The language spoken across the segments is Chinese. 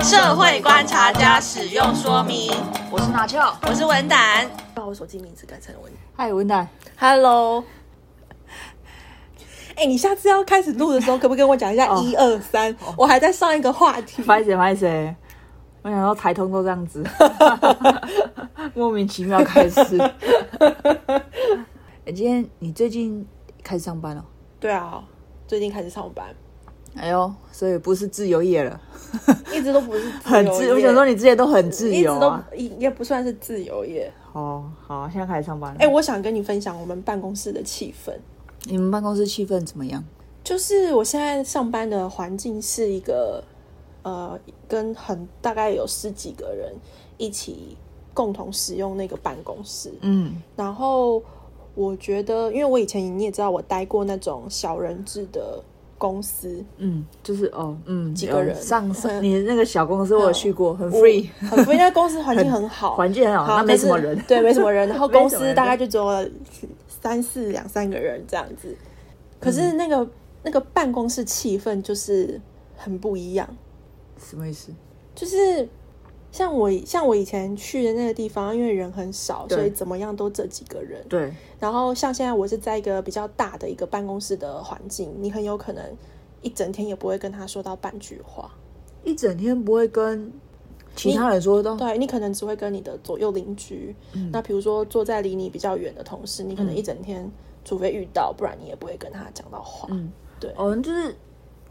社会观察家使用说明。我是拿翘，我是文胆，把我手机名字改成文。嗨，文丹， Hello，哎、你下次要开始录的时候，可不可以跟我讲一下哦一二三？我还在上一个话题。不好意思，不好意思，没想到台通都这样子， 莫名其妙开始。 哎今天你最近开始上班了？对啊，最近开始上班，哎呦，所以不是自由业了，一直都不是自由很自。业我想说，你之前都很自一直由都啊。也也不算是自由业。哦，好，现在开始上班了。哎、我想跟你分享我们办公室的气氛。你们办公室气氛怎么样？就是我现在上班的环境是一个，呃，跟很大概有十几个人一起共同使用那个办公室，嗯，然后我觉得，因为我以前你也知道，我待过那种小人制的公司，嗯，就是哦，嗯，几个人有上上 嗯你那个小公司我有去过，很我 free，很 free，那公司环境很好，环境很好，那没什么人可是。对，没什么人。然后 没什么公人司大概就只有三四两三个人这样子，可是那个、那个办公室气氛就是很不一样。什么意思？就是像我像我以前去的那个地方，因为人很少，对所以怎么样都这几个人。对，然后像现在我是在一个比较大的一个办公室的环境，你很有可能一整天也不会跟他说到半句话，一整天不会跟其他人说到，对你可能只会跟你的左右邻居。嗯那比如说坐在离你比较远的同事，你可能嗯一整天，除非遇到，不然你也不会跟他讲到话。嗯，对哦，就是，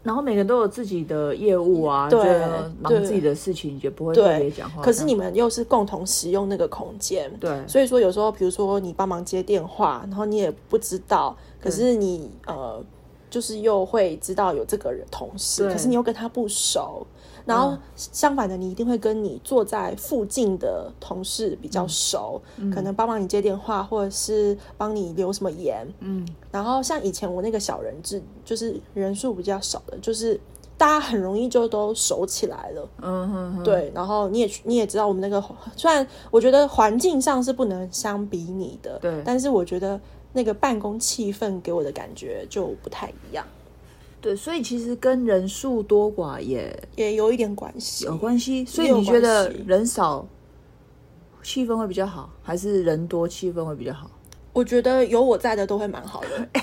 然后每个人都有自己的业务啊，对就忙对自己的事情，也不会特别对讲话。可是你们又是共同使用那个空间，这样对，所以说有时候，比如说你帮忙接电话，然后你也不知道，可对是你呃，就是又会知道有这个人同事，对可是你又跟他不熟。然后嗯相反的，你一定会跟你坐在附近的同事比较熟，嗯可能帮忙你接电话，或者是帮你留什么言。嗯，然后像以前我那个小人制，就是人数比较少的，就是大家很容易就都熟起来了。嗯哼哼，对，然后你也去你也知道我们那个，虽然我觉得环境上是不能相比拟的，对但是我觉得那个办公气氛给我的感觉就不太一样，对，所以其实跟人数多寡也也有一点关系。有关系。所以也有你觉得关系人少气氛会比较好，还是人多气氛会比较好？我觉得有我在的都会蛮好的。 哎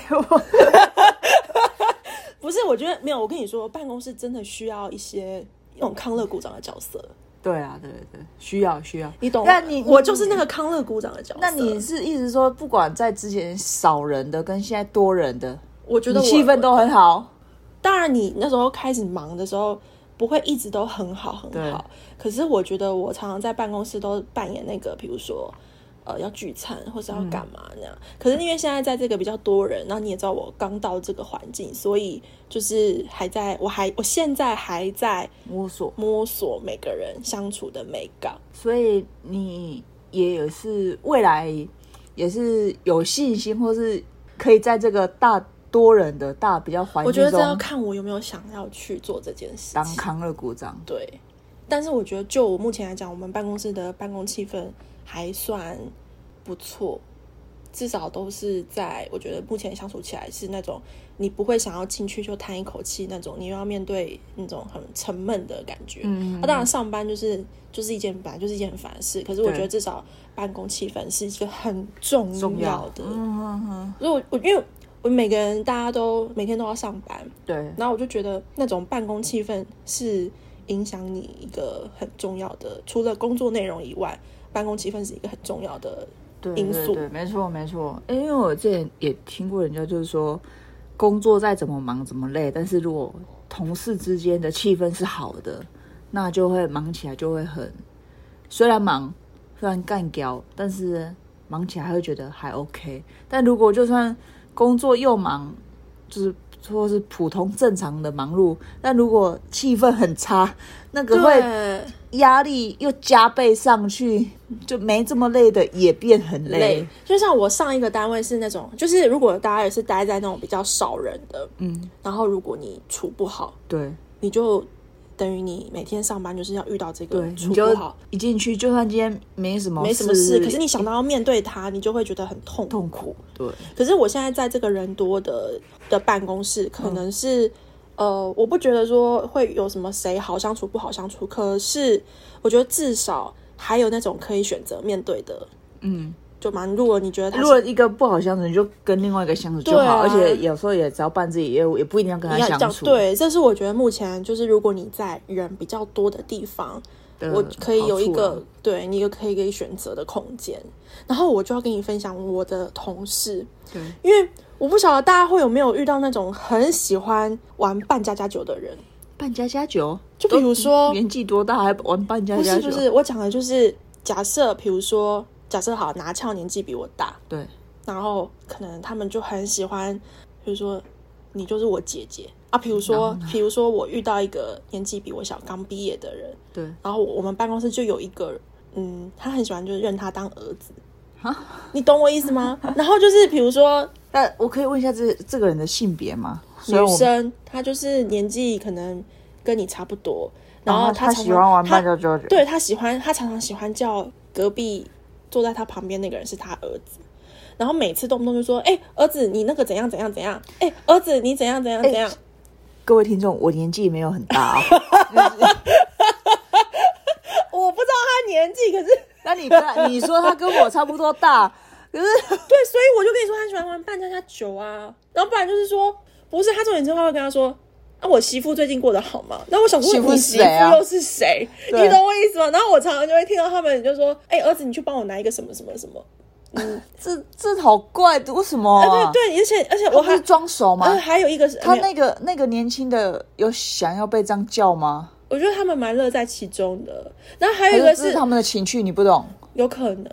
不是，我觉得没有。我跟你说，办公室真的需要一些那种康乐股长的角色，对啊，对对对，需要需要。你懂吗？那你我就是那个康乐股长的角色。那你是一直说，不管在之前少人的跟现在多人的，我觉得你我气氛都很好。当然，你那时候开始忙的时候，不会一直都很好很好。可是我觉得我常常在办公室都扮演那个，比如说，呃，要聚餐或是要干嘛那样。可是因为现在在这个比较多人，然后你也知道我刚到这个环境，所以就是还在我还我现在还在摸索，摸索每个人相处的美感。所以你也是未来也是有信心，或是可以在这个大多人的大比较环我觉境得这要中看我有没有想要去做这件事当情。康乐股长。对，但是我觉得就我目前来讲，我们办公室的办公气氛还算不错，至少都是在我觉得目前相处起来是那种你不会想要进去就叹一口气那种，你又要面对那种很沉闷的感觉。嗯那、当然，上班就是就是一件本来就是一件很烦的事，可是我对觉得至少办公气氛是一个很重重要的。嗯哼哼，所以我我因为我每个人大家都每天都要上班，对，然后我就觉得那种办公气氛是影响你一个很重要的，除了工作内容以外，办公气氛是一个很重要的。对因对素对，没错没错。哎，因为我之前也听过人家就是说，工作再怎么忙怎么累，但是如果同事之间的气氛是好的，那就会忙起来就会很，虽然忙，虽然干掉，但是忙起来还会觉得还 OK。但如果就算工作又忙，就是。或是普通正常的忙碌，但如果气氛很差，那个会压力又加倍上去，就没这么累的也变很累。累，就像我上一个单位是那种，就是如果大家也是待在那种比较少人的，嗯，然后如果你处不好，对你就等于你每天上班就是要遇到这个对，处你不就好，一进去，就算今天没什么没什么事，可是你想到要面对它，你就会觉得很痛痛苦，对嗯可是我现在在这个人多的的办公室，可能是、呃，我不觉得说会有什么谁好相处不好相处，可是我觉得至少还有那种可以选择面对的，嗯，就蛮。如果你觉得他如果一个不好相处，你就跟另外一个相处就好，对啊而且有时候也只要办自己业务，也不一定要跟他你要这相样处。对，这是我觉得目前就是如果你在人比较多的地方，的我可以有一好个处啊对你一个可以给选择的空间。然后我就要跟你分享我的同事，对，因为我不晓得大家会有没有遇到那种很喜欢玩扮家家酒的人，办家家酒，就比如说都年纪多大还玩办家不家是酒？不是，我讲的就是假设，比如说假设好拿翘年纪比我大，对，然后可能他们就很喜欢，比如说你就是我姐姐啊，比如然后说呢比如说我遇到一个年纪比我小刚毕业的人，对，然后我们办公室就有一个，嗯，他很喜欢就是认他当儿子哈，你懂我意思吗？然后就是比如说那我可以问一下这这个人的性别吗？虽然女我生，她就是年纪可能跟你差不多，然然后后她他常哦喜常欢玩她扮家家酒，对他喜欢，他常常喜欢叫隔壁坐在他旁边那个人是他儿子，然后每次动不动就说：“哎、儿子，你那个怎样怎样怎样？哎、儿子，你怎样怎样怎样？”各位听众，我年纪没有很大哦。哎我不知道他年纪，可是那你看，你说他跟我差不多大， 可是对，所以我就跟你说，他喜欢玩扮家家酒啊，然后不然就是说，不是他重点是他会跟他说。啊，我媳妇最近过得好吗？然后我想说，媳妇你是媳谁啊妇又是谁？对你懂我意思吗？然后我常常就会听到他们就说：“哎、儿子，你去帮我拿一个什么什么什么。这这好怪，为什么、哎，啊？对对，而且而且我我不还是装熟吗？呃还有一个是他没有那个那个年轻的有想要被这样叫吗？我觉得他们蛮乐在其中的。然后还有一还个是这是是他们的情趣，你不懂。有可能，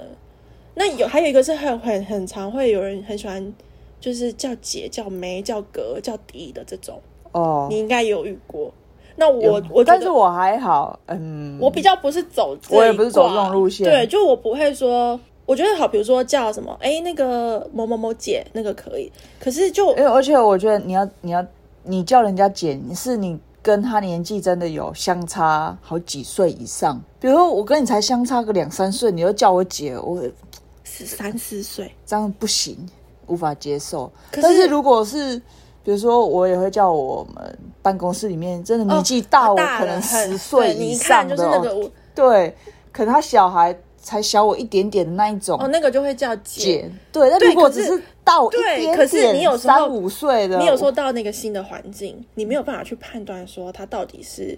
那有还有一个是很很很常会有人很喜欢，就是叫姐、叫妹、叫哥、叫弟的这种，哦你，应该也有遇过。那我我觉但是得我还好，嗯，我比较不是走这一挂，我也不是走这种路线对，就我不会说。我觉得好，比如说叫什么，哎，那个某某某姐，那个可以。可是就因为而且我觉得你要你要你叫人家姐，你是你跟他年纪真的有相差好几岁以上，比如说我跟你才相差个两三岁，你就叫我姐，我十三四岁，这样不行，无法接受。可是但是如果是比如说，我也会叫我们办公室里面真的年纪大，我哦大可了能很十岁对你以一上看的，就是那个哦我对，可能他小孩才小我一点点的那一种哦，那个就会叫姐姐，对。那对如果可只是是大我一对点可是你有点，时候三五岁的，你有时候我到那个新的环境，你没有办法去判断说他到底是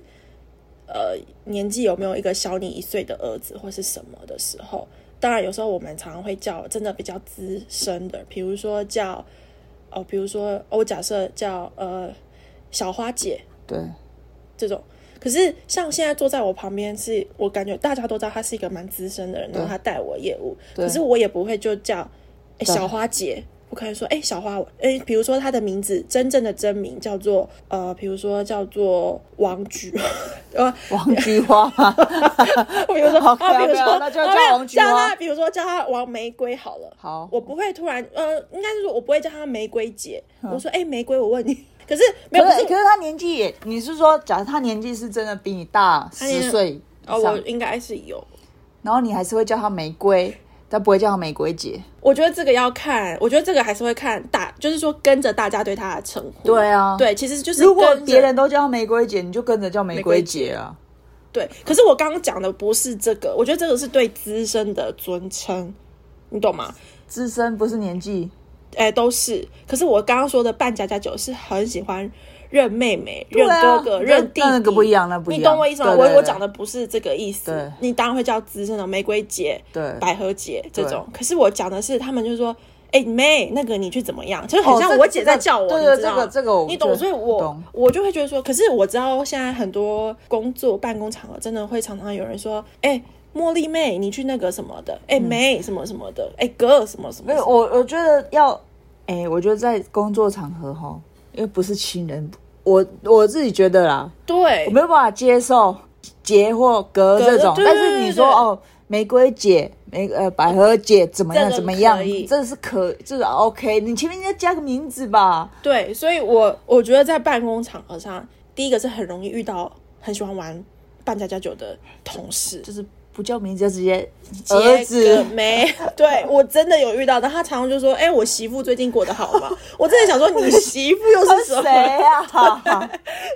呃年纪有没有一个小你一岁的儿子或是什么的时候，当然有时候我们常常会叫真的比较资深的，比如说叫哦，比如说哦我假设叫呃小花姐对这种。可是像现在坐在我旁边是，我感觉大家都知道他是一个蛮资深的人，然后他带我业务，对可是我也不会就叫、诶对小花姐，我可能说哎、诶小花，哎、比如说她的名字真正的真名叫做呃，比如说叫做王菊， 呃，王菊 花比如说 好啊，不比要如不要说那就叫啊没有王菊叫花她，比如说叫她王玫瑰好了，好我不会突然呃，应该是说我不会叫她玫瑰姐，我说哎、诶玫瑰，我问你，可是没有，嗯可可是是可是他年纪也，你是说，假如他年纪是真的比你大年十岁以哦，我上，应该是有。然后你还是会叫他玫瑰，但不会叫他玫瑰姐。我觉得这个要看，我觉得这个还是会看大，就是说跟着大家对他的称呼。对啊对，其实就是如果跟着别人都叫玫瑰姐，你就跟着叫玫瑰姐啊。对，可是我刚刚讲的不是这个，我觉得这个是对资深的尊称，你懂吗？资深不是年纪，哎，都是。可是我刚刚说的扮家家酒是很喜欢认妹妹、对认啊哥哥、那认弟弟，那个不一样那不一样你懂我意思吗？对对我我对讲的不是这个意思对，你当然会叫资深的玫瑰姐、对百合姐这对种。可是我讲的是他们就是说。哎、妹，那个你去怎么样？就是哦很这像个我姐在叫我，这个你知道这个这个我你懂，就所以我懂我就会觉得说，可是我知道现在很多工作办公场合真的会常常有人说，哎、茉莉妹，你去那个什么的，哎、妹什么什么的，哎、哥什么什么嗯没什有么，我我觉得要，哎、我觉得在工作场合哈，因为不是亲人，我我自己觉得啦，对我，没有办法接受结或格这种，哎对对但对是你对说对哦，玫瑰姐、玫呃百合姐怎么样这个怎么样可以，这是可这是 OK，你前面要加个名字吧。对，所以我我觉得在办公场合上，第一个是很容易遇到很喜欢玩扮家家酒的同事，就是不叫名字就直接接儿个子，没，对我真的有遇到，但他常常就说：“哎、我媳妇最近过得好吗？”我真的想说，你媳妇又是什么？谁 啊？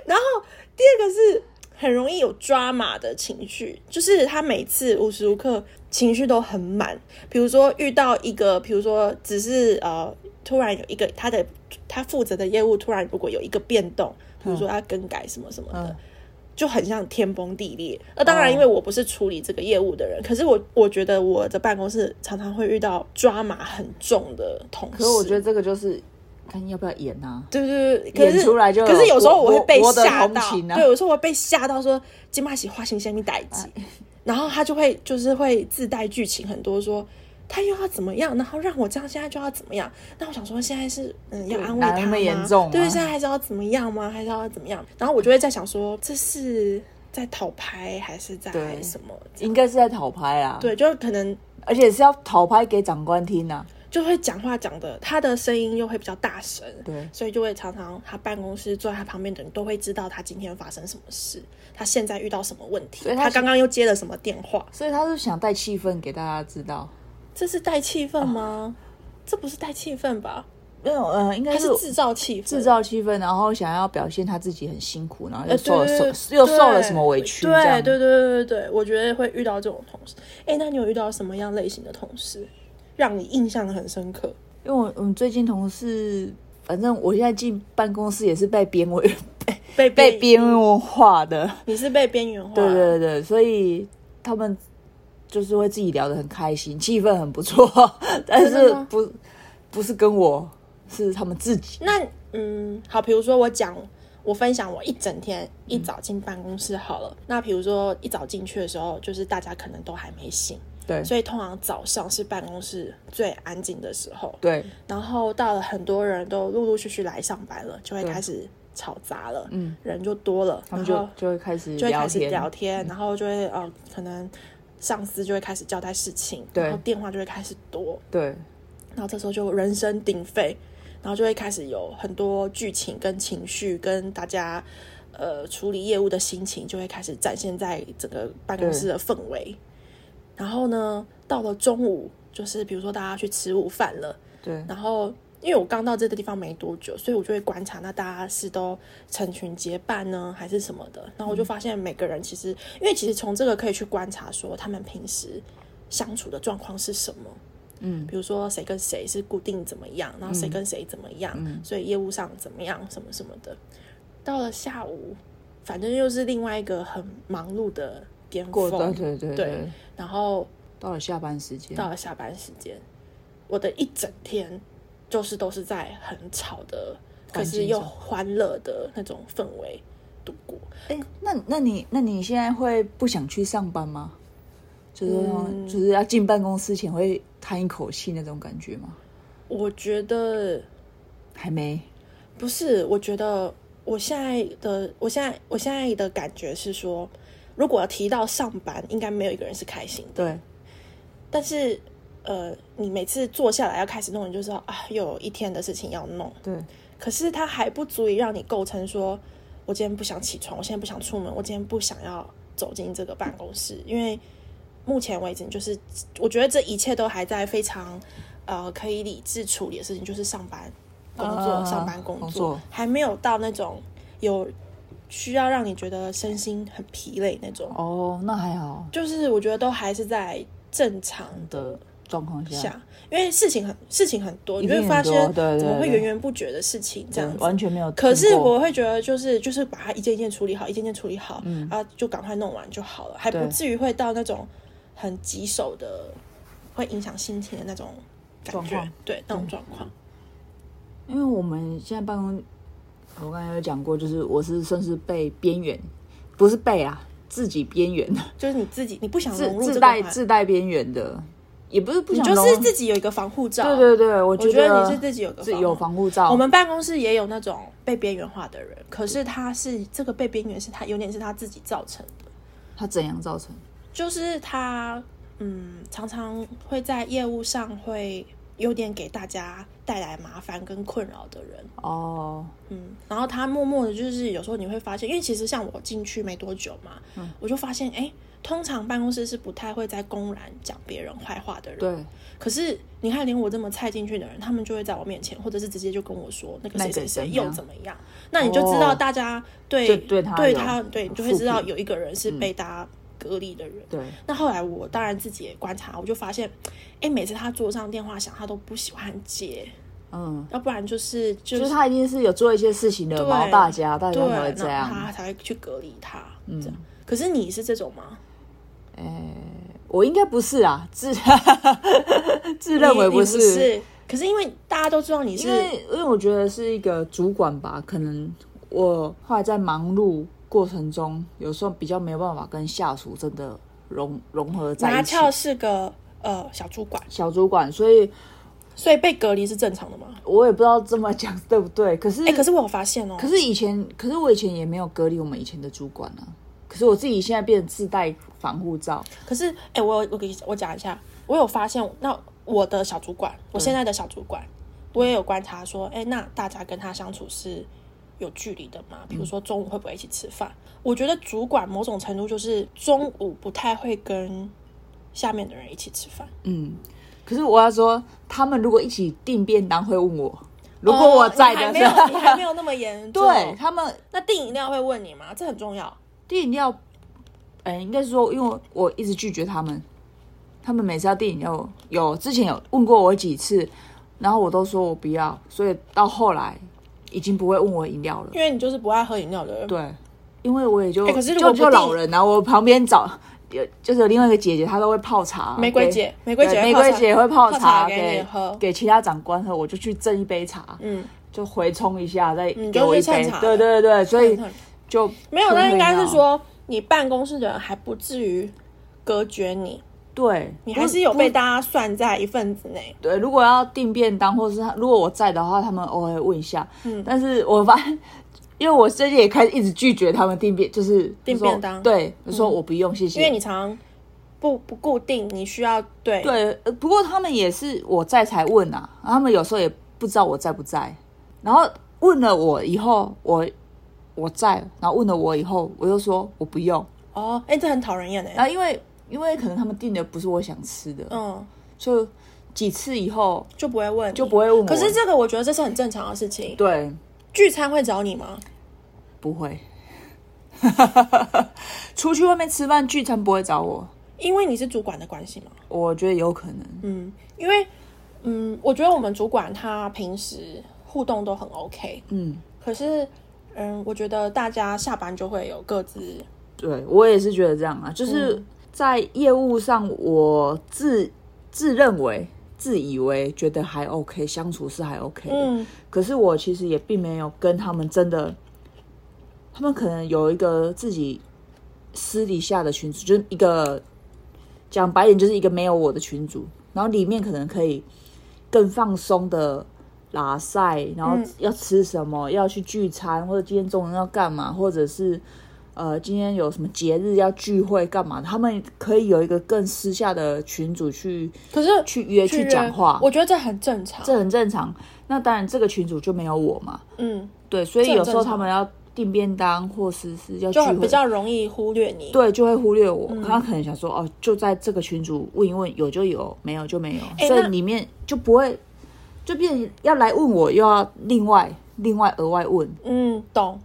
然后第二个是很容易有抓马的情绪，就是他每次无时无刻情绪都很满。比如说遇到一个，比如说只是呃，突然有一个他的他负责的业务突然如果有一个变动，比如说他更改什么什么的。嗯就很像天崩地裂。那当然，哦因为我不是处理这个业务的人，可是我我觉得我的办公室常常会遇到抓马很重的同事。可是我觉得这个就是看要不要演啊。对对对，可是演出来就有可是有时候我会被我我的吓到，同情啊对，有时候我会被吓到说金马喜花心先你逮鸡，然后他就会就是会自带剧情很多说。他又要怎么样？然后让我这样，现在就要怎么样？那我想说，现在是嗯，要安慰哪他那么吗？严重啊对，现在还是要怎么样吗？还是要怎么样？然后我就会在想说，这是在讨拍还是在对什么？应该是在讨拍啊，，对，就是可能而且是要讨拍给长官听啊，就会讲话讲的，他的声音又会比较大声，对所以就会常常他办公室坐在他旁边的人都会知道他今天发生什么事，他现在遇到什么问题，所以他他刚刚又接了什么电话，所以他是想带气氛给大家知道，这是带气氛吗？这不是带气氛吧？没有，呃，应该他是是制造气氛，制造气氛，然后想要表现他自己很辛苦，然后又呃受了对受、对对又受了什么委屈，这对样对对对对对，我觉得会遇到这种同事。哎，那你有遇到什么样类型的同事让你印象很深刻？因为我我们最近同事，反正我现在进办公室也是被 边缘被被边缘化的，你是被边缘化，对对对，所以他们就是会自己聊得很开心，气氛很不错， 但真是的吗不不是跟我，是他们自己。那嗯，好，比如说我讲，我分享我一整天一早进办公室好了。那比如说一早进去的时候，就是大家可能都还没醒，对所以通常早上是办公室最安静的时候。对，然后到了很多人都陆陆续续来上班了，就会对开始吵杂了，嗯，人就多了，他们然就后就会开始就会聊开始天，嗯聊天，然后就会呃，可能上司就会开始交代事情，对然后电话就会开始多，对然后这时候就人声鼎沸，然后就会开始有很多剧情跟情绪，跟大家呃处理业务的心情就会开始展现在整个办公室的氛围。然后呢，到了中午，就是比如说大家去吃午饭了，对然后因为我刚到这个地方没多久，所以我就会观察那大家是都成群结伴呢，还是什么的。然后我就发现每个人其实，因为其实从这个可以去观察说他们平时相处的状况是什么。嗯比如说谁跟谁是固定怎么样，然后谁跟谁怎么样，嗯所以业务上怎么样，什么什么的。到了下午，反正又是另外一个很忙碌的巅过对峰。对对对对，然后到了下班时间，到了下班时间，我的一整天就是都是在很吵的，可环境是又中欢乐的那种氛围度过。哎，那那你那你现在会不想去上班吗？就是、嗯就是要进办公室前会叹一口气那种感觉吗？我觉得还没，不是，我觉得我现在的我现在我现在的感觉是说，如果提到上班，应该没有一个人是开心的。对但是，呃，你每次坐下来要开始弄，你就知道啊，又有一天的事情要弄。对可是它还不足以让你构成说，我今天不想起床，我现在不想出门，我今天不想要走进这个办公室，因为目前为止，就是我觉得这一切都还在非常呃可以理智处理的事情，就是上班工作，啊上班工工作还没有到那种有需要让你觉得身心很疲累那种，哦，那还好就是我觉得都还是在正常的状况下，下，因为事情很事情很多，你就一会定发很现多对对怎么会对源源不绝的事情这样对子，完全没有停过。可是我会觉得，就是就是把它一件一件处理好，一件一件处理好，啊，就赶快弄完就好了，还不嗯对至于会到那种很棘手的，会影响心情的那种感状觉况，嗯对那种状况。因为我们现在办公，我刚才有讲过，就是我是算是被边缘，不是被啊，自己边缘，就是你自己，你不想自融入这自个带环自带边缘的，也不是不你想就融是自己有一个防护罩。对对对，我我觉得得你是自己有个自己有防护罩，我们办公室也有那种被边缘化的人，可是他是这个被边缘是他有点是他自己造成的，它怎样造成？就是他嗯常常会在业务上会。有点给大家带来麻烦跟困扰的人。哦，嗯，然后他默默的，就是有时候你会发现，因为其实像我进去没多久嘛，嗯我就发现，哎，通常办公室是不太会在公然讲别人坏话的人。。对，可是你看，连我这么菜进去的人，他们就会在我面前，或者是直接就跟我说那个那谁个谁谁怎又样怎么样，那你就知道哦大家对就对他对有他对，你就会负知道评嗯有一个人是被大家隔离的人。对，那后来我当然自己也观察，我就发现，哎，每次他桌上电话响，他都不喜欢接，嗯，要不然就是就就是是他一定是有做一些事情惹毛对大家，大家对，才会然这后他样。嗯才会去隔离他。这样。可是你是这种吗？我应该不是啊，自 自认为你你是，是。可是因为大家都知道你是因为因为我觉得是一个主管吧，可能我后来在忙碌过程中，有时候比较没有办法跟下属真的融融合在拿一起。翘是个呃小主管，小主管，所以所以被隔离是正常的吗？我也不知道这么讲对不对。可是，哎、可是我有发现哦，可是以前，可是我以前也没有隔离我们以前的主管啊。可是我自己现在变成自带防护罩，可是哎、我我给我讲一下，我有发现，那我的小主管，我嗯现在的小主管，我也有观察说，哎、那大家跟他相处是有距离的嘛？比嗯如说中午会不会一起吃饭？我觉得主管某种程度就是中午不太会跟下面的人一起吃饭。嗯。可是我要说，他们如果一起订便当会问我，如果我在哦的你时还候，没有，你还没有那么严重。 对，他们那订饮料会问你吗？这很重要。订饮料，哎、应该是说，因为我一直拒绝他们，他们每次要订饮料，有之前有问过我几次，然后我都说我不要，所以到后来已经不会问我饮料了。因为你就是不爱喝饮料的人。对，因为我也就、哎可是如果不就就订老人啊，我旁边找有就是有另外一个姐姐，她都会泡茶，玫瑰给姐玫瑰对姐会玫泡茶瑰姐会泡泡茶茶给你给喝给其他长官喝，我就去斟一杯茶，嗯，就回冲一下，再嗯给就我一是蹭杯茶。对对对，所以蹭就没有，不那会应该是闹说你办公室的人还不至于隔绝你，对，你不还是有不被大家算在一份子内。对，如果要订便当，或是他如果我在的话，他们偶尔会问一下。嗯但是我发现，因为我最近也开始一直拒绝他们订便，就是订说便当嗯对，我说我不用，谢谢。因为你常不不固定，你需要对对，呃不过他们也是我在才问啊，他们有时候也不知道我在不在，然后问了我以后，我我在，然后问了我以后，我又说我不用，哦，哎、这很讨人厌哎、然后因为因为可能他们订的不是我想吃的，嗯，就几次以后就不会问，就不。会问我。可是这个我觉得这是很正常的事情。对聚餐会找你吗？不会， 出去外面吃饭聚餐不会找我，因为你是主管的关系吗？我觉得有可能。嗯，因为嗯，我觉得我们主管他平时互动都很 OK，嗯，可是嗯，我觉得大家下班就会有各自对我也是觉得这样啊，就是在业务上，我自自认为、自以为觉得还 OK，相处是还 OK 的。嗯可是我其实也并没有跟他们真的，他们可能有一个自己私底下的群组，就是一个讲白点就是一个没有我的群组，然后里面可能可以更放松的拉塞，然后嗯要吃什么，要去聚餐，或者今天中午要干嘛，或者是。呃，今天有什么节日要聚会干嘛？他们可以有一个更私下的群组去可是去约去约讲话，我觉得这很正常。这很正常。那当然，这个群组就没有我嘛，嗯，对，所以这很有时候正常他们要订便当或是是要聚就很会，比较嗯容易忽略你。，对就会忽略我。他可能想说哦，就在这个群组问一问，有就有，没有就没有，诶所以那里面就不会就变成要来问我，又要另外另外额外问，嗯，懂。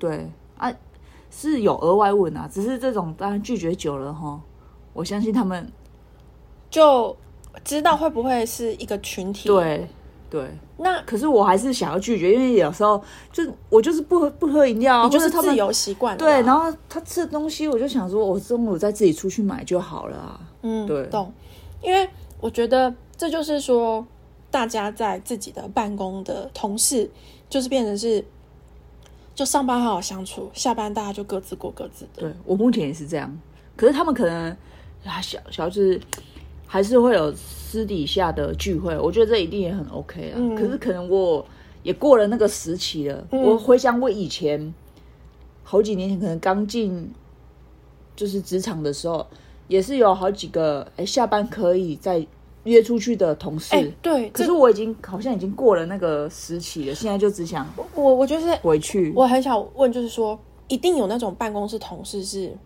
对啊，是有额外问啊，只是这种当然拒绝久了哈，我相信他们就知道会不会是一个群体？，对对。那可是我还是想要拒绝，因为有时候就我就是不喝不喝饮料啊，你就或是者他们自由习惯了对，然后后他吃的东西，我就想说，我哦中午再自己出去买就好了啊。嗯，对懂。因为我觉得这就是说，大家在自己的办公的同事，就是变成是，就上班好好相处，下班大家就各自过各自的。对我目前也是这样，可是他们可能啊，小小就是还是会有私底下的聚会，我觉得这一定也很 OK 啊。嗯可是可能我也过了那个时期了，嗯我回想我以前好几年前，可能刚进就是职场的时候，也是有好几个哎、下班可以再约出去的同事。哎、对，可这是我已经好像已经过了那个时期了，现在就只想我我就是回去。我很想问，就是说，一定有那种办公室同事是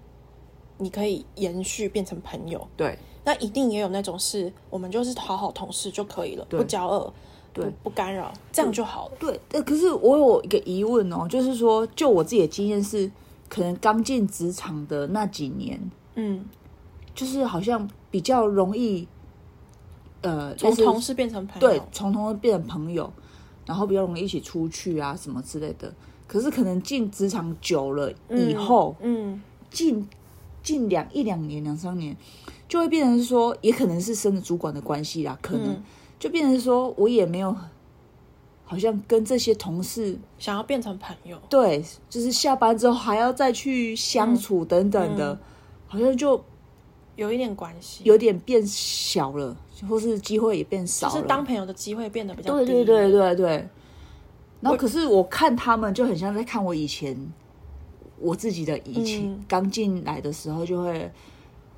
你可以延续变成朋友，对那一定也有那种是我们就是讨好同事就可以了，对不交恶，不对不干扰，这样就好了。对，呃，可是我有一个疑问哦，就是说，就我自己的经验是，可能刚进职场的那几年，嗯，就是好像比较容易，呃，从类似同事变成朋友，对，从同事变成朋友，然后比较容易一起出去啊什么之类的。可是可能进职场久了嗯以后，嗯，近近两一两年、两三年，就会变成说，也可能是升了主管的关系啦，可能、嗯就变成说我也没有，好像跟这些同事想要变成朋友，对，就是下班之后还要再去相处等等的，嗯好像就有一点关系，有点变小了，或是机会也变少就了。是当朋友的机会变得比较对低对对对对。然后可是我看他们就很像在看我以前，我自己的以前嗯刚进来的时候就会，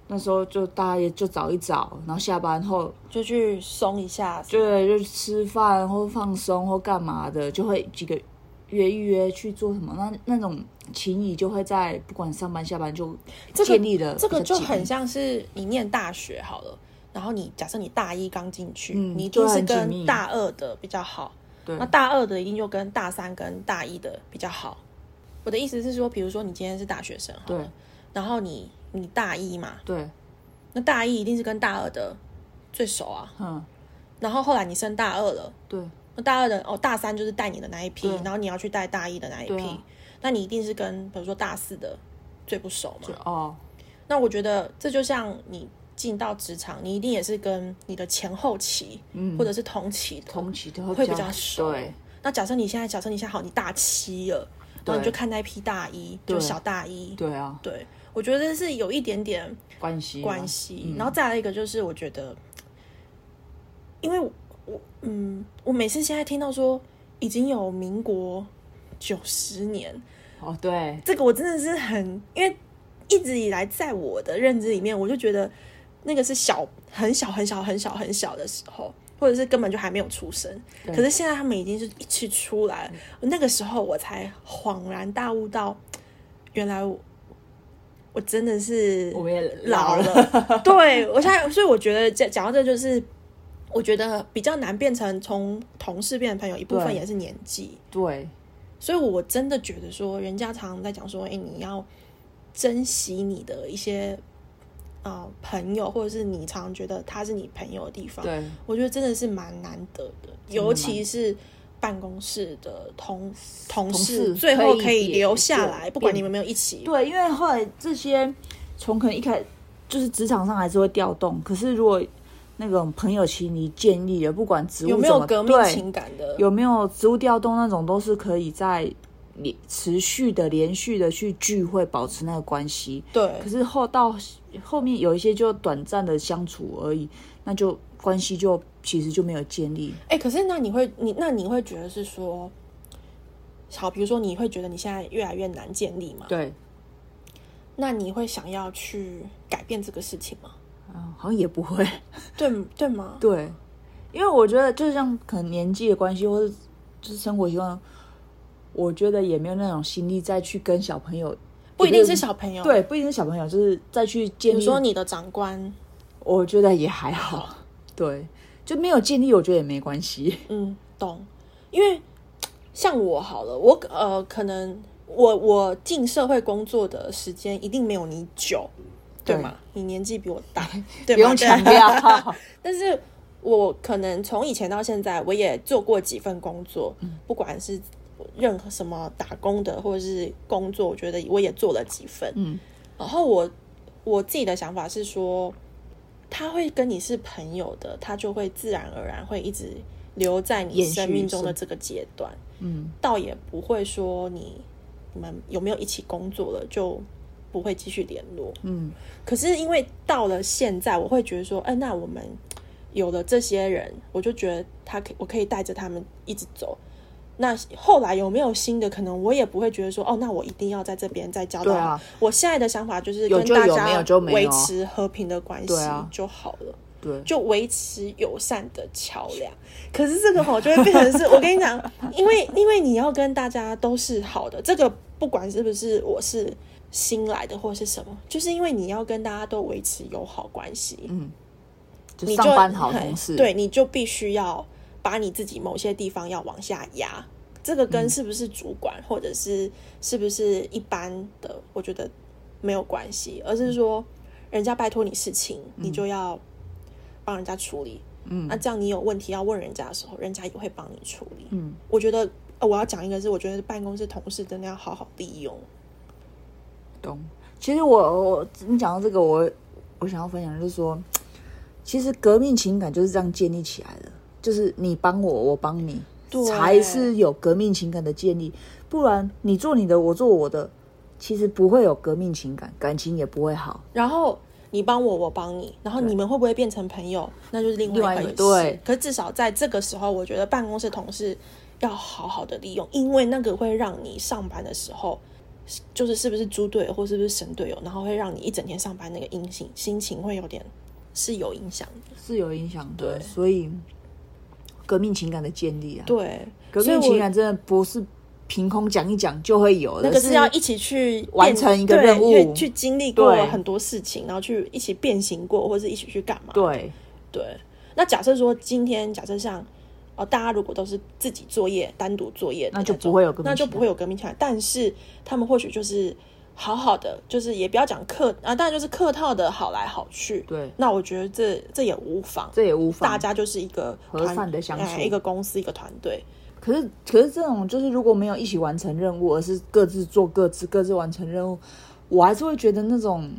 那时候就大家也就找一找，然后下班后就去松一下，就就吃饭或放松或干嘛的，就会几个约一约去做什么，那那种情谊就会在不管上班下班就这个建立了、这个就很像，像是你念大学好了，然后你假设你大一刚进去，嗯你一就定是很紧密跟嗯大二的比较好，对那大二的一定就跟大三跟大一的比较好。我的意思是说，比如说你今天是大学生好了，对然后你你大一嘛，对，那大一一定是跟大二的最熟啊，嗯然后后来你升大二了。对那大二的哦，大三就是带你的那一批对，然后你要去带大一的那一对批，啊那你一定是跟比如说大四的最不熟嘛就。哦那我觉得这就像你进到职场，你一定也是跟你的前后期、嗯，或者是同期的同期都会比比较较熟。对。那假设你现在，假设你现在好，你大七了，然后对你就看那一批大一，就对小大一，对啊，对我觉得是有一点点关系关嘛系。嗯然后再来一个就是，我觉得，因为我我嗯，我每次现在听到说已经有民国九十年，哦，对，这个我真的是很，因为一直以来在我的认知里面，我就觉得那个是小很小很小很小很小的时候，或者是根本就还没有出生。对嗯可是现在他们已经是一起出来了，那个时候我才恍然大悟到，原来我我真的是我们也老了， 了。对我现在，所以我觉得讲讲到这就是。我觉得比较难变成从同事变成朋友，一部分对也是年纪。对所以我真的觉得说，人家常在讲说，哎、你要珍惜你的一些呃朋友，或者是你常觉得他是你朋友的地方。对，我觉得真的是蛮难得的，尤其是办公室的同同事事最后可以可以变留下来，变不管你们有没有一起。对，因为后来这些从可能一开就是职场上还是会调动，可是如果那种朋友情谊建立了，不管职务有没怎有么革命对情感的？有没有职务调动那种，都是可以在连持续的、连续的去聚会，保持那个关系。对可，是后到后面有一些就短暂的相处而已，那就关系就其实就没有建立。哎、可是那你会，你那你会觉得是说，好，比如说你会觉得你现在越来越难建立嘛？对，那你会想要去改变这个事情吗？嗯，好像也不会。对对吗？对，因为我觉得就像可能年纪的关系，或者就是生活习惯，我觉得也没有那种心力再去跟小朋友，不一定是小朋友，，对，不一定是小朋友，就是再去比建如立。说你的长官，我觉得也还好，对，就没有建立，我觉得也没关系。嗯，懂，因为像我好了，我呃，可能我我进社会工作的时间一定没有你久，对对吗？你年纪比我大， 对不吗用强调，但是我可能从以前到现在，我也做过几份工作，不管是任何什么打工的或者是工作，我觉得我也做了几份。嗯，然后我我自己的想法是说，他会跟你是朋友的，他就会自然而然会一直留在你延续生命中的是这个阶段，嗯，倒也不会说你你们有没有一起工作了就不会继续联络。嗯，可是因为到了现在，我会觉得说，哎、那我们有了这些人，我就觉得他可我可以带着他们一直走。那后来有没有新的？可能我也不会觉得说，哦，那我一定要在这边再交到。对啊我现在的想法就是有跟就大有没家有就没维有啊持和平的关系对啊就好了。对就维持友善的桥梁。可是这个吼就会变成是我跟你讲，因为因为你要跟大家都是好的，这个不管是不是我是新来的或是什么，就是因为你要跟大家都维持友好关系，就你就上班好嘿同事，对，你就必须要把你自己某些地方要往下压。这个嗯跟是不是主管、或者是是不是一般的，我觉得没有关系，而是说人家拜托你事情，你就要帮人家处理。嗯那这样你有问题要问人家的时候，人家也会帮你处理。嗯，我觉得、呃我要讲一个是，我觉得办公室同事真的要好好利用。懂。其实我我你讲到这个，我我想要分享的就是说，其实革命情感就是这样建立起来的，就是你帮我，我帮你，对才是有革命情感的建立。不然你做你的，我做我的，其实不会有革命情感，感情也不会好。然后你帮我，我帮你，然后你们会不会变成朋友，那就是另外一回事。另外一个对可至少在这个时候，我觉得办公室同事要好好的利用，因为那个会让你上班的时候，就是是不是猪队友或是不是神队友，然后会让你一整天上班那个阴性心情会有点是有影响的。是有影响的，对所以革命情感的建立啊，对，革所以命我情感真的不是凭空讲一讲就会有的，那个是要一一起去变完成一个对任务去去经历过对很多事情，然后去一起变形过，或是一起去干嘛？对对，那假设说今天假设像哦，大家如果都是自己作业、单独作业的那那就种不会有革命那就情不会有革命情感。但是他们或许就是好好的，就是也不要讲客啊，当然就是客套的好来好去。对，那我觉得这这也无妨，这也无妨。大家就是一个和团善地相哎处嗯一个公司一个团队。可是可是这种就是如果没有一起完成任务，而是各自做各自各自完成任务，我还是会觉得那种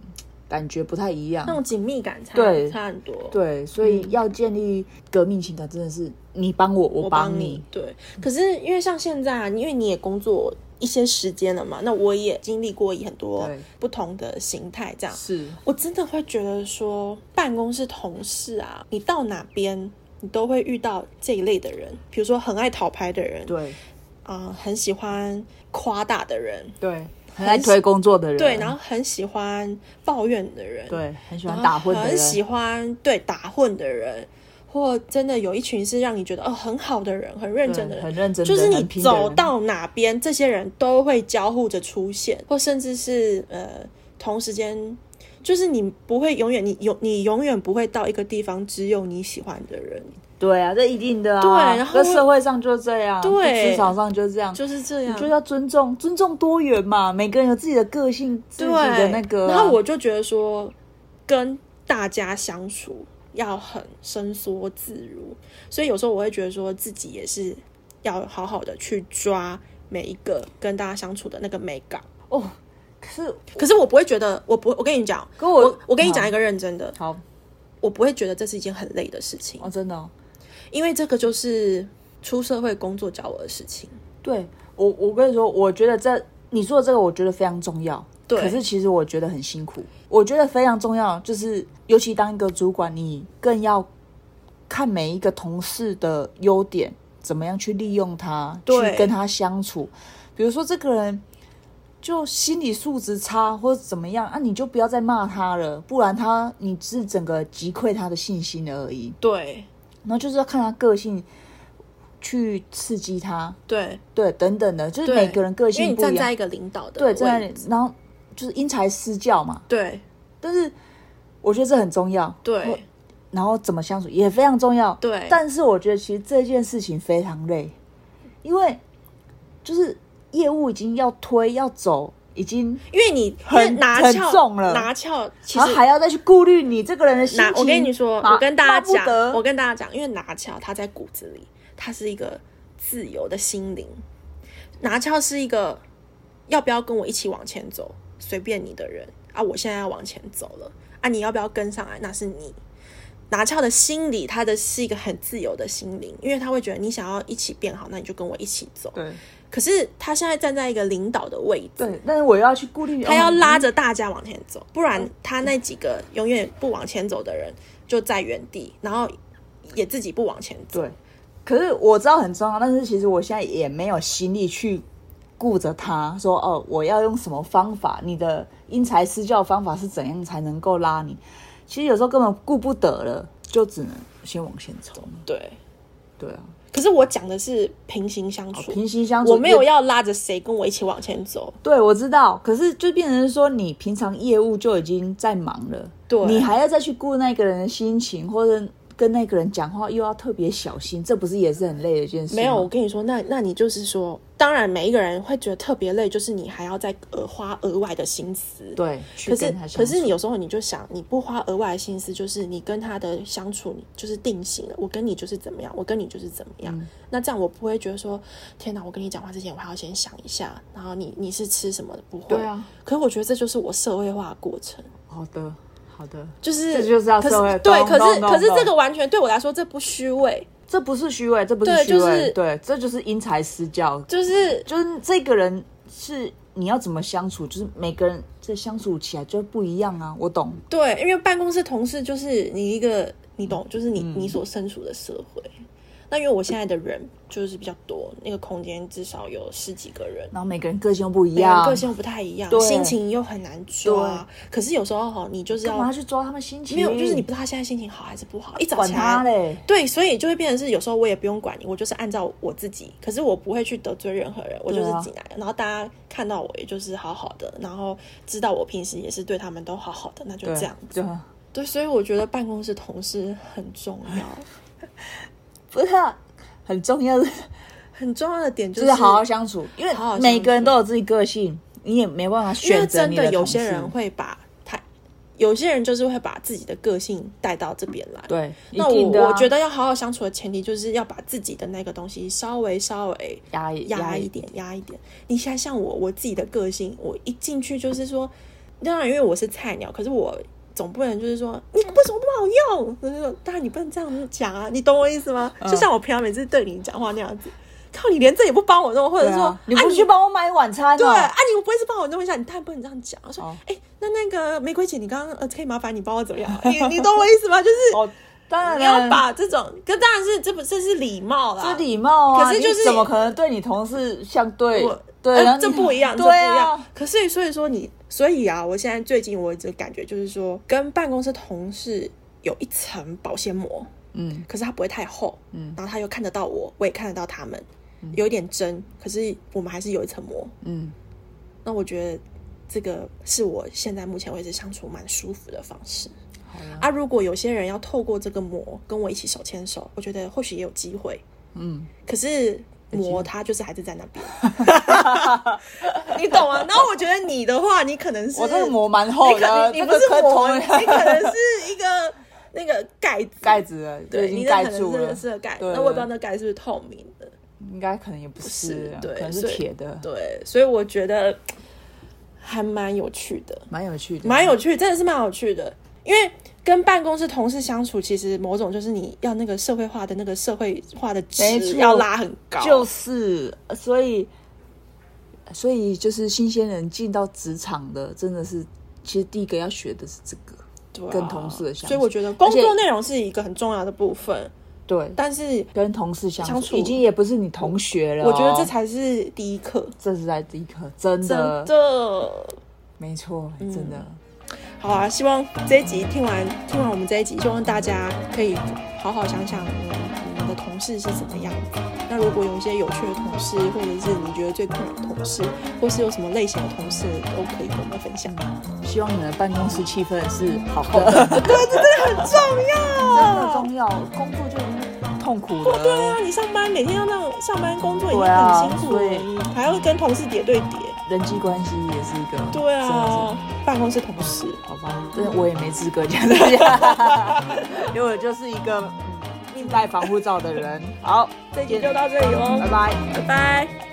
感觉不太一样那。种紧密感差对差很多，对，所以要建立革命情感，真的是你帮我，我我帮帮你。对，可是因为像现在啊，因为你也工作一些时间了嘛，那我也经历过很多对不同的形态，这样是，我真的会觉得说，办公室同事啊，你到哪边，你都会遇到这一类的人，比如说很爱讨牌的人，对啊、很喜欢夸大的人，对，很爱推工作的人，对，然后很喜欢抱怨的人，，啊啊对很喜欢打混的很喜人，欢对打混的人，或真的有一群是让你觉得哦很好的人，很认真的对人，很认真的就人，是你很拼的走人到哪边，这些人都会交互着出现，或甚至是呃同时间，就是你不会永远，你永你永远不会到一个地方只有你喜欢的人，对啊，这一定的啊。对然后在社会上就这样，对在职场上就这样，就是这样哦就。要尊重，尊重多元嘛，每个人有自己的个性，自对己的那个啊、然后我就觉得说，跟大家相处要很伸缩自如，所以有时候我会觉得说自己也是要好好的去抓每一个跟大家相处的那个美感。哦，可是可是我不会觉得，我不，我跟你讲，可我我我跟你讲一个认真的，好我不会觉得这是一件很累的事情哦，，真的、哦，因为这个就是出社会工作教我的事情。对我我跟你说，我觉得这你说的这个，我觉得非常重要。对可是其实我觉得很辛苦，我觉得非常重要，就是尤其当一个主管，你更要看每一个同事的优点，怎么样去利用他，对去跟他相处。比如说这个人就心理素质差或者怎么样啊，你就不要再骂他了，不然他你是整个击溃他的信心而已。对然后就是要看他个性去刺激他，对对，等等的，就是对，每个人个因为性你不一站在样，一个领导的对，站位在置然后就是因材施教嘛，对但是我觉得这很重要，或对然后怎么相处也非常重要，对但是我觉得其实这件事情非常累，因为就是业务已经要推要走，已经因为你很因为拿很翘重了拿翘其然后实。还要再去顾虑你这个人的心拿情。我跟你说，啊我跟大巴不家得讲，我跟大家讲，因为拿翘它在骨子里，它是一个自由的心灵。拿翘是一个要不要跟我一起往前走，随便你的人啊，我现在要往前走了啊，你要不要跟上来那是你。拿翘的心理，它的是一个很自由的心灵，因为他会觉得你想要一起变好，那你就跟我一起走。对可是他现在站在一个领导的位置，对，但是我又要去顾虑，他要哦拉着大家往前走，不然他那几个永远不往前走的人就在原地，然后也自己不往前走。对，可是我知道很重要，但是其实我现在也没有心力去顾着他，说哦，我要用什么方法，你的因材施教方法是怎样才能够拉你？其实有时候根本顾不得了，就只能先往前冲。对。对啊，可是我讲的是平行相处，哦平行相处，我没有要拉着谁跟我一起往前走。对，我知道，可是就变成是说，你平常业务就已经在忙了，对你还要再去顾那个人的心情，或者跟那个人讲话又要特别小心，这不是也是很累的一件事吗？没有，我跟你说，那那你就是说，当然每一个人会觉得特别累，就是你还要再额花额外的心思。。对，可去是跟他，相可是处你有时候你就想，你不花额外的心思，就是你跟他的相处，你就是定型了。我跟你就是怎么样，我跟你就是怎么样。嗯那这样我不会觉得说，天哪！我跟你讲话之前，我还要先想一下，然后你你是吃什么的，不会。对啊。可是我觉得这就是我社会化的过程。好的，好的，就是这就是要可是社会对，懂可是懂懂可是懂这个完全对我来说，这不虚伪，这不是虚伪，这不是对虚伪，就是对，这就是因材施教，就是就是这个人是你要怎么相处，就是每个人这相处起来就不一样啊。我懂，对，因为办公室同事就是你一个，你懂，就是嗯你、你所身处的社会。那因为我现在的人就是比较多，那个空间至少有十几个人，然后每个人个性又不每一个人样，个性又不太一样，对心情又很难抓。可是有时候哈，你就是干要嘛要去抓他们心情？没有，就是你不知道他现在心情好还是不好，一早管起他来嘞。对，所以就会变成是有时候我也不用管你，我就是按照我自己，可是我不会去得罪任何人，我就是对啊进来，然后大家看到我也就是好好的，然后知道我平时也是对他们都好好的，那就对这样子。对啊，对，所以我觉得办公室同事很重要，不是啊很重要的，很重要的点就就是是好好相处，因为好好相每个人都有自己个性，你也没办法因为选择真你的有同事些人会把他，有些人就是会把自己的个性带到这边来。对，那一定我、的啊我觉得要好好相处的前提，就是要把自己的那个东西稍微稍微压抑压一点，压一点。你现在像我，我自己的个性，我一进去就是说，当然因为我是菜鸟，可是我总不能就是说你为什么不好用？就是说，当然你不能这样讲啊，你懂我意思吗？嗯就像我平常每次对你讲话那样子，靠，你连这也不帮我弄，或对者啊说、你啊不去帮我买晚餐、哦，对啊，你不会是帮我弄一下？你当然不能这样讲。我说，哎、哦那那个玫瑰姐，你刚刚呃，可以麻烦你帮我怎么 样？你你懂我意思吗？就是哦，当然你要把这种，可当然是这不这是礼貌啦，这礼貌啊，可是就是你怎么可能对你同事像对我对、呃然后你这不一样，这对不一样啊，。可是所以说你，所以啊，我现在最近我的感觉就是说，跟办公室同事有一层保鲜膜，嗯，可是它不会太厚，嗯然后他又看得到我，我也看得到他们，有一点真，可是我们还是有一层膜。嗯，那我觉得这个是我现在目前为止相处蛮舒服的方式。好啦，啊，如果有些人要透过这个膜跟我一起手牵手，我觉得或许也有机会。嗯，可是膜它就是还是在那 边，你懂吗？然后我觉得你的话，你可能是我这个膜蛮厚你可的，你你哦这不个是跟膜，同你可能是一个那个盖子， 盖子了，就对，已你经那盖可能住真了的，是个盖子，对那我也不知道那盖子是不是透明的，应该可能也不是啊，对，可能是所以铁的，对，所以我觉得还蛮有趣的。蛮有趣的，蛮有趣，真的是蛮有趣的。因为跟办公室同事相处，其实某种就是你要那个社会化的那个社会化的没值错要拉很高，就是，所以，所以就是新鲜人进到职场的，真的是，其实第一个要学的是这个，对啊跟同事的相处所以我觉得工而作且内容是一个很重要的部分，对，但是跟同事相相处处，已经也不是你同学了哦、我觉得这才是第一课，这是在第一课，真真的，的。没错，真的。好啊，希望这一集听完听完我们这一集，希望大家可以好好想想你你们的同事是怎么样子。那如果有一些有趣的同事，或者是你觉得最困扰的同事，或是有什么类型的同事，都可以跟我们分享。希望你们办公室气氛是好 的，对，这真的很重要，真的重要。工作就已经痛苦了，对啊，你上班每天要那样上班工作已经对啊很辛苦了，所以你还要跟同事叠对叠。人际关系也是一个，对真的是啊，办公室同事。好吧，但是我也没资格讲 这些，因为我就是一个嗯，命带防护罩的人。好，这这集集就到这里喽哦拜，拜。拜拜。